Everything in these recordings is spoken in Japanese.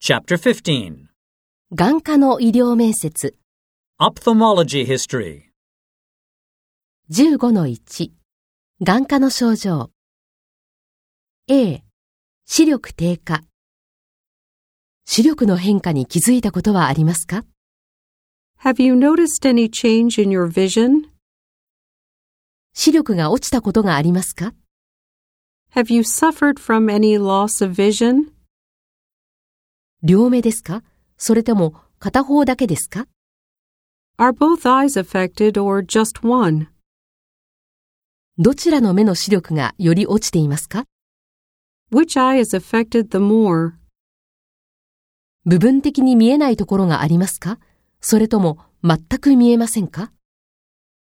Chapter 15眼科の医療面接 Ophthalmology History 15-1眼科の症状 A 視力低下視力の変化に気づいたことはありますか Have you noticed any change in your vision? 視力が落ちたことがありますか Have you suffered from any loss of vision? 両目ですかそれとも片方だけですか Are both eyes affected or just one? どちらの目の視力がより落ちていますか Which eye is affected the more? 部分的に見えないところがありますかそれとも全く見えませんか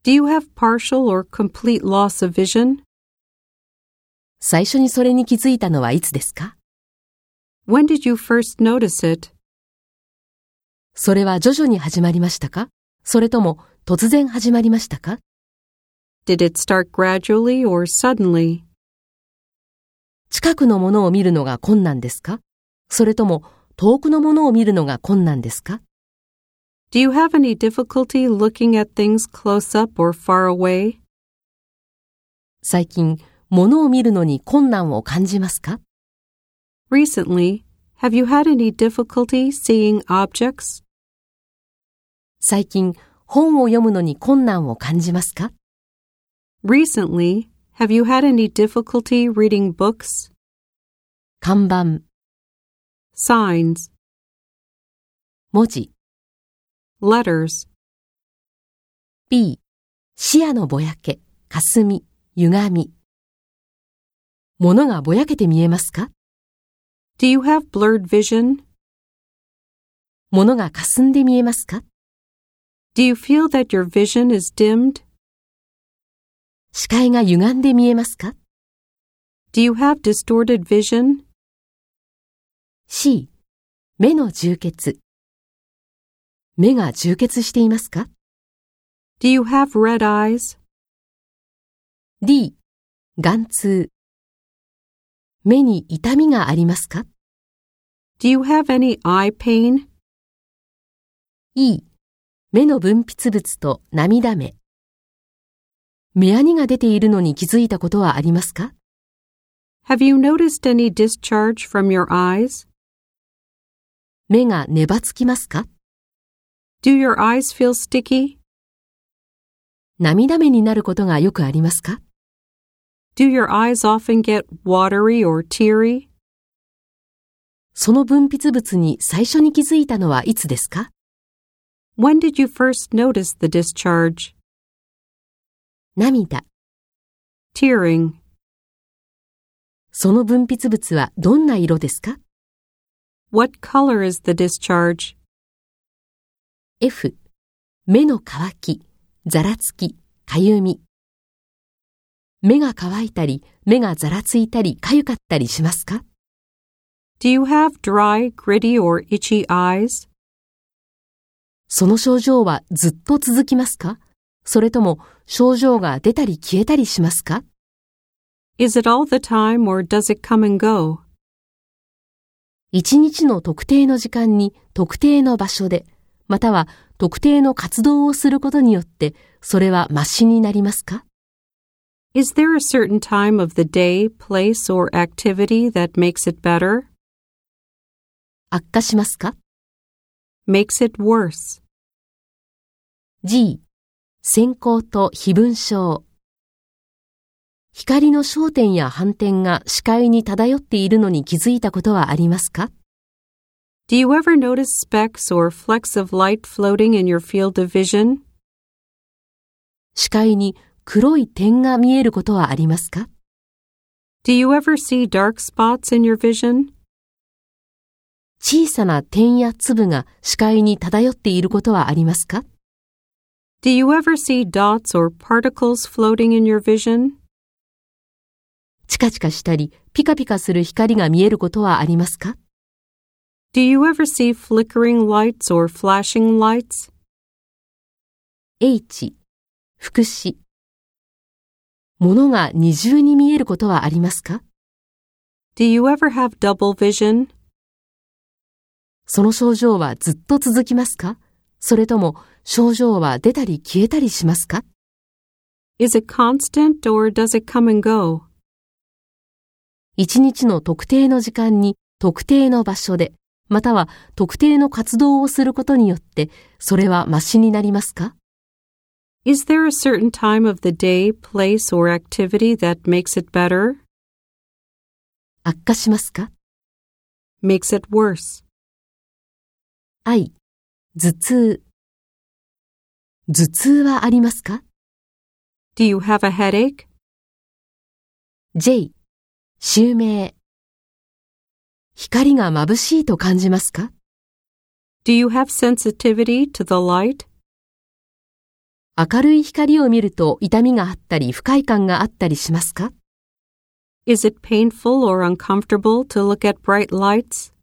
Do you have partial or complete loss of vision? 最初にそれに気づいたのはいつですか When did you first notice it? それは徐々に始まりましたかそれとも突然始まりましたか Did it start gradually or suddenly? 近くのものを見るのが困難ですかそれとも遠くのものを見るのが困難ですか Do you have any difficulty looking at things close up or far away? 最近、物を見るのに困難を感じますか Recently, have you had any difficulty seeing objects? 最近、本を読むのに困難を感じますか Recently, have you had any difficulty reading books? 看板、 Signs, 文字、 letters. B、視野のぼやけ、霞み、歪み。物がぼやけて見えますか Do you have blurred vision? 物が霞んで見えますか Do you feel that your vision is dimmed? 視界が歪んで見えますか Do you have distorted vision? C、目の充血。目が充血していますか Do you have red eyes? ?D、眼痛。目に痛みがありますか Do you have any eye pain? ?E、目の分泌物と涙目。目やにが出ているのに気づいたことはありますか Have you noticed any discharge from your eyes? 目がねばつきますか Do your eyes feel sticky? 涙目になることがよくありますか Do your eyes often get watery or teary? その分泌物に最初に気づいたのはいつですか When did you first notice the discharge? 涙。 Tearing. その分泌物はどんな色ですか What color is the discharge? F、目の乾き、ざらつき、かゆみ。目が乾いたり、目がざらついたり、かゆかったりしますか Do you have dry, gritty, or itchy eyes? その症状はずっと続きますかそれとも症状が出たり消えたりしますか Is it all the time or does it come and go? 一日の特定の時間に特定の場所で、または特定の活動をすることによって、それはマシになりますか Is there a certain time of the day, place, or activity that makes it better? 悪化しますか Makes it worse. G、先行と非分症。光の焦点や反転が視界に漂っているのに気づいたことはありますか Do you ever notice specks or flecks of light floating in your field of vision? 視界に黒い点が見えることはありますか Do you ever see dark spots in your vision? 小さな点や粒が視界に漂っていることはありますか Do you ever see dots or particles floating in your vision? チカチカしたり、ピカピカする光が見えることはありますか Do you ever see flickering lights or flashing lights? ?H、副詞。物が二重に見えることはありますか Do you ever have double vision? その症状はずっと続きますかそれとも症状は出たり消えたりしますか Is it constant or does it come and go? 一日の特定の時間に特定の場所で、または特定の活動をすることによって、それはマシになりますか Is there a certain time of the day, place, or activity that makes it better? 悪化しますか Makes it worse. 愛、頭痛。頭痛はありますか Do you have a headache? ?J、襲名。光が眩しいと感じますか Do you have sensitivity to the light? 明るい光を見ると痛みがあったり不快感があったりしますか Is it painful or uncomfortable to look at bright lights?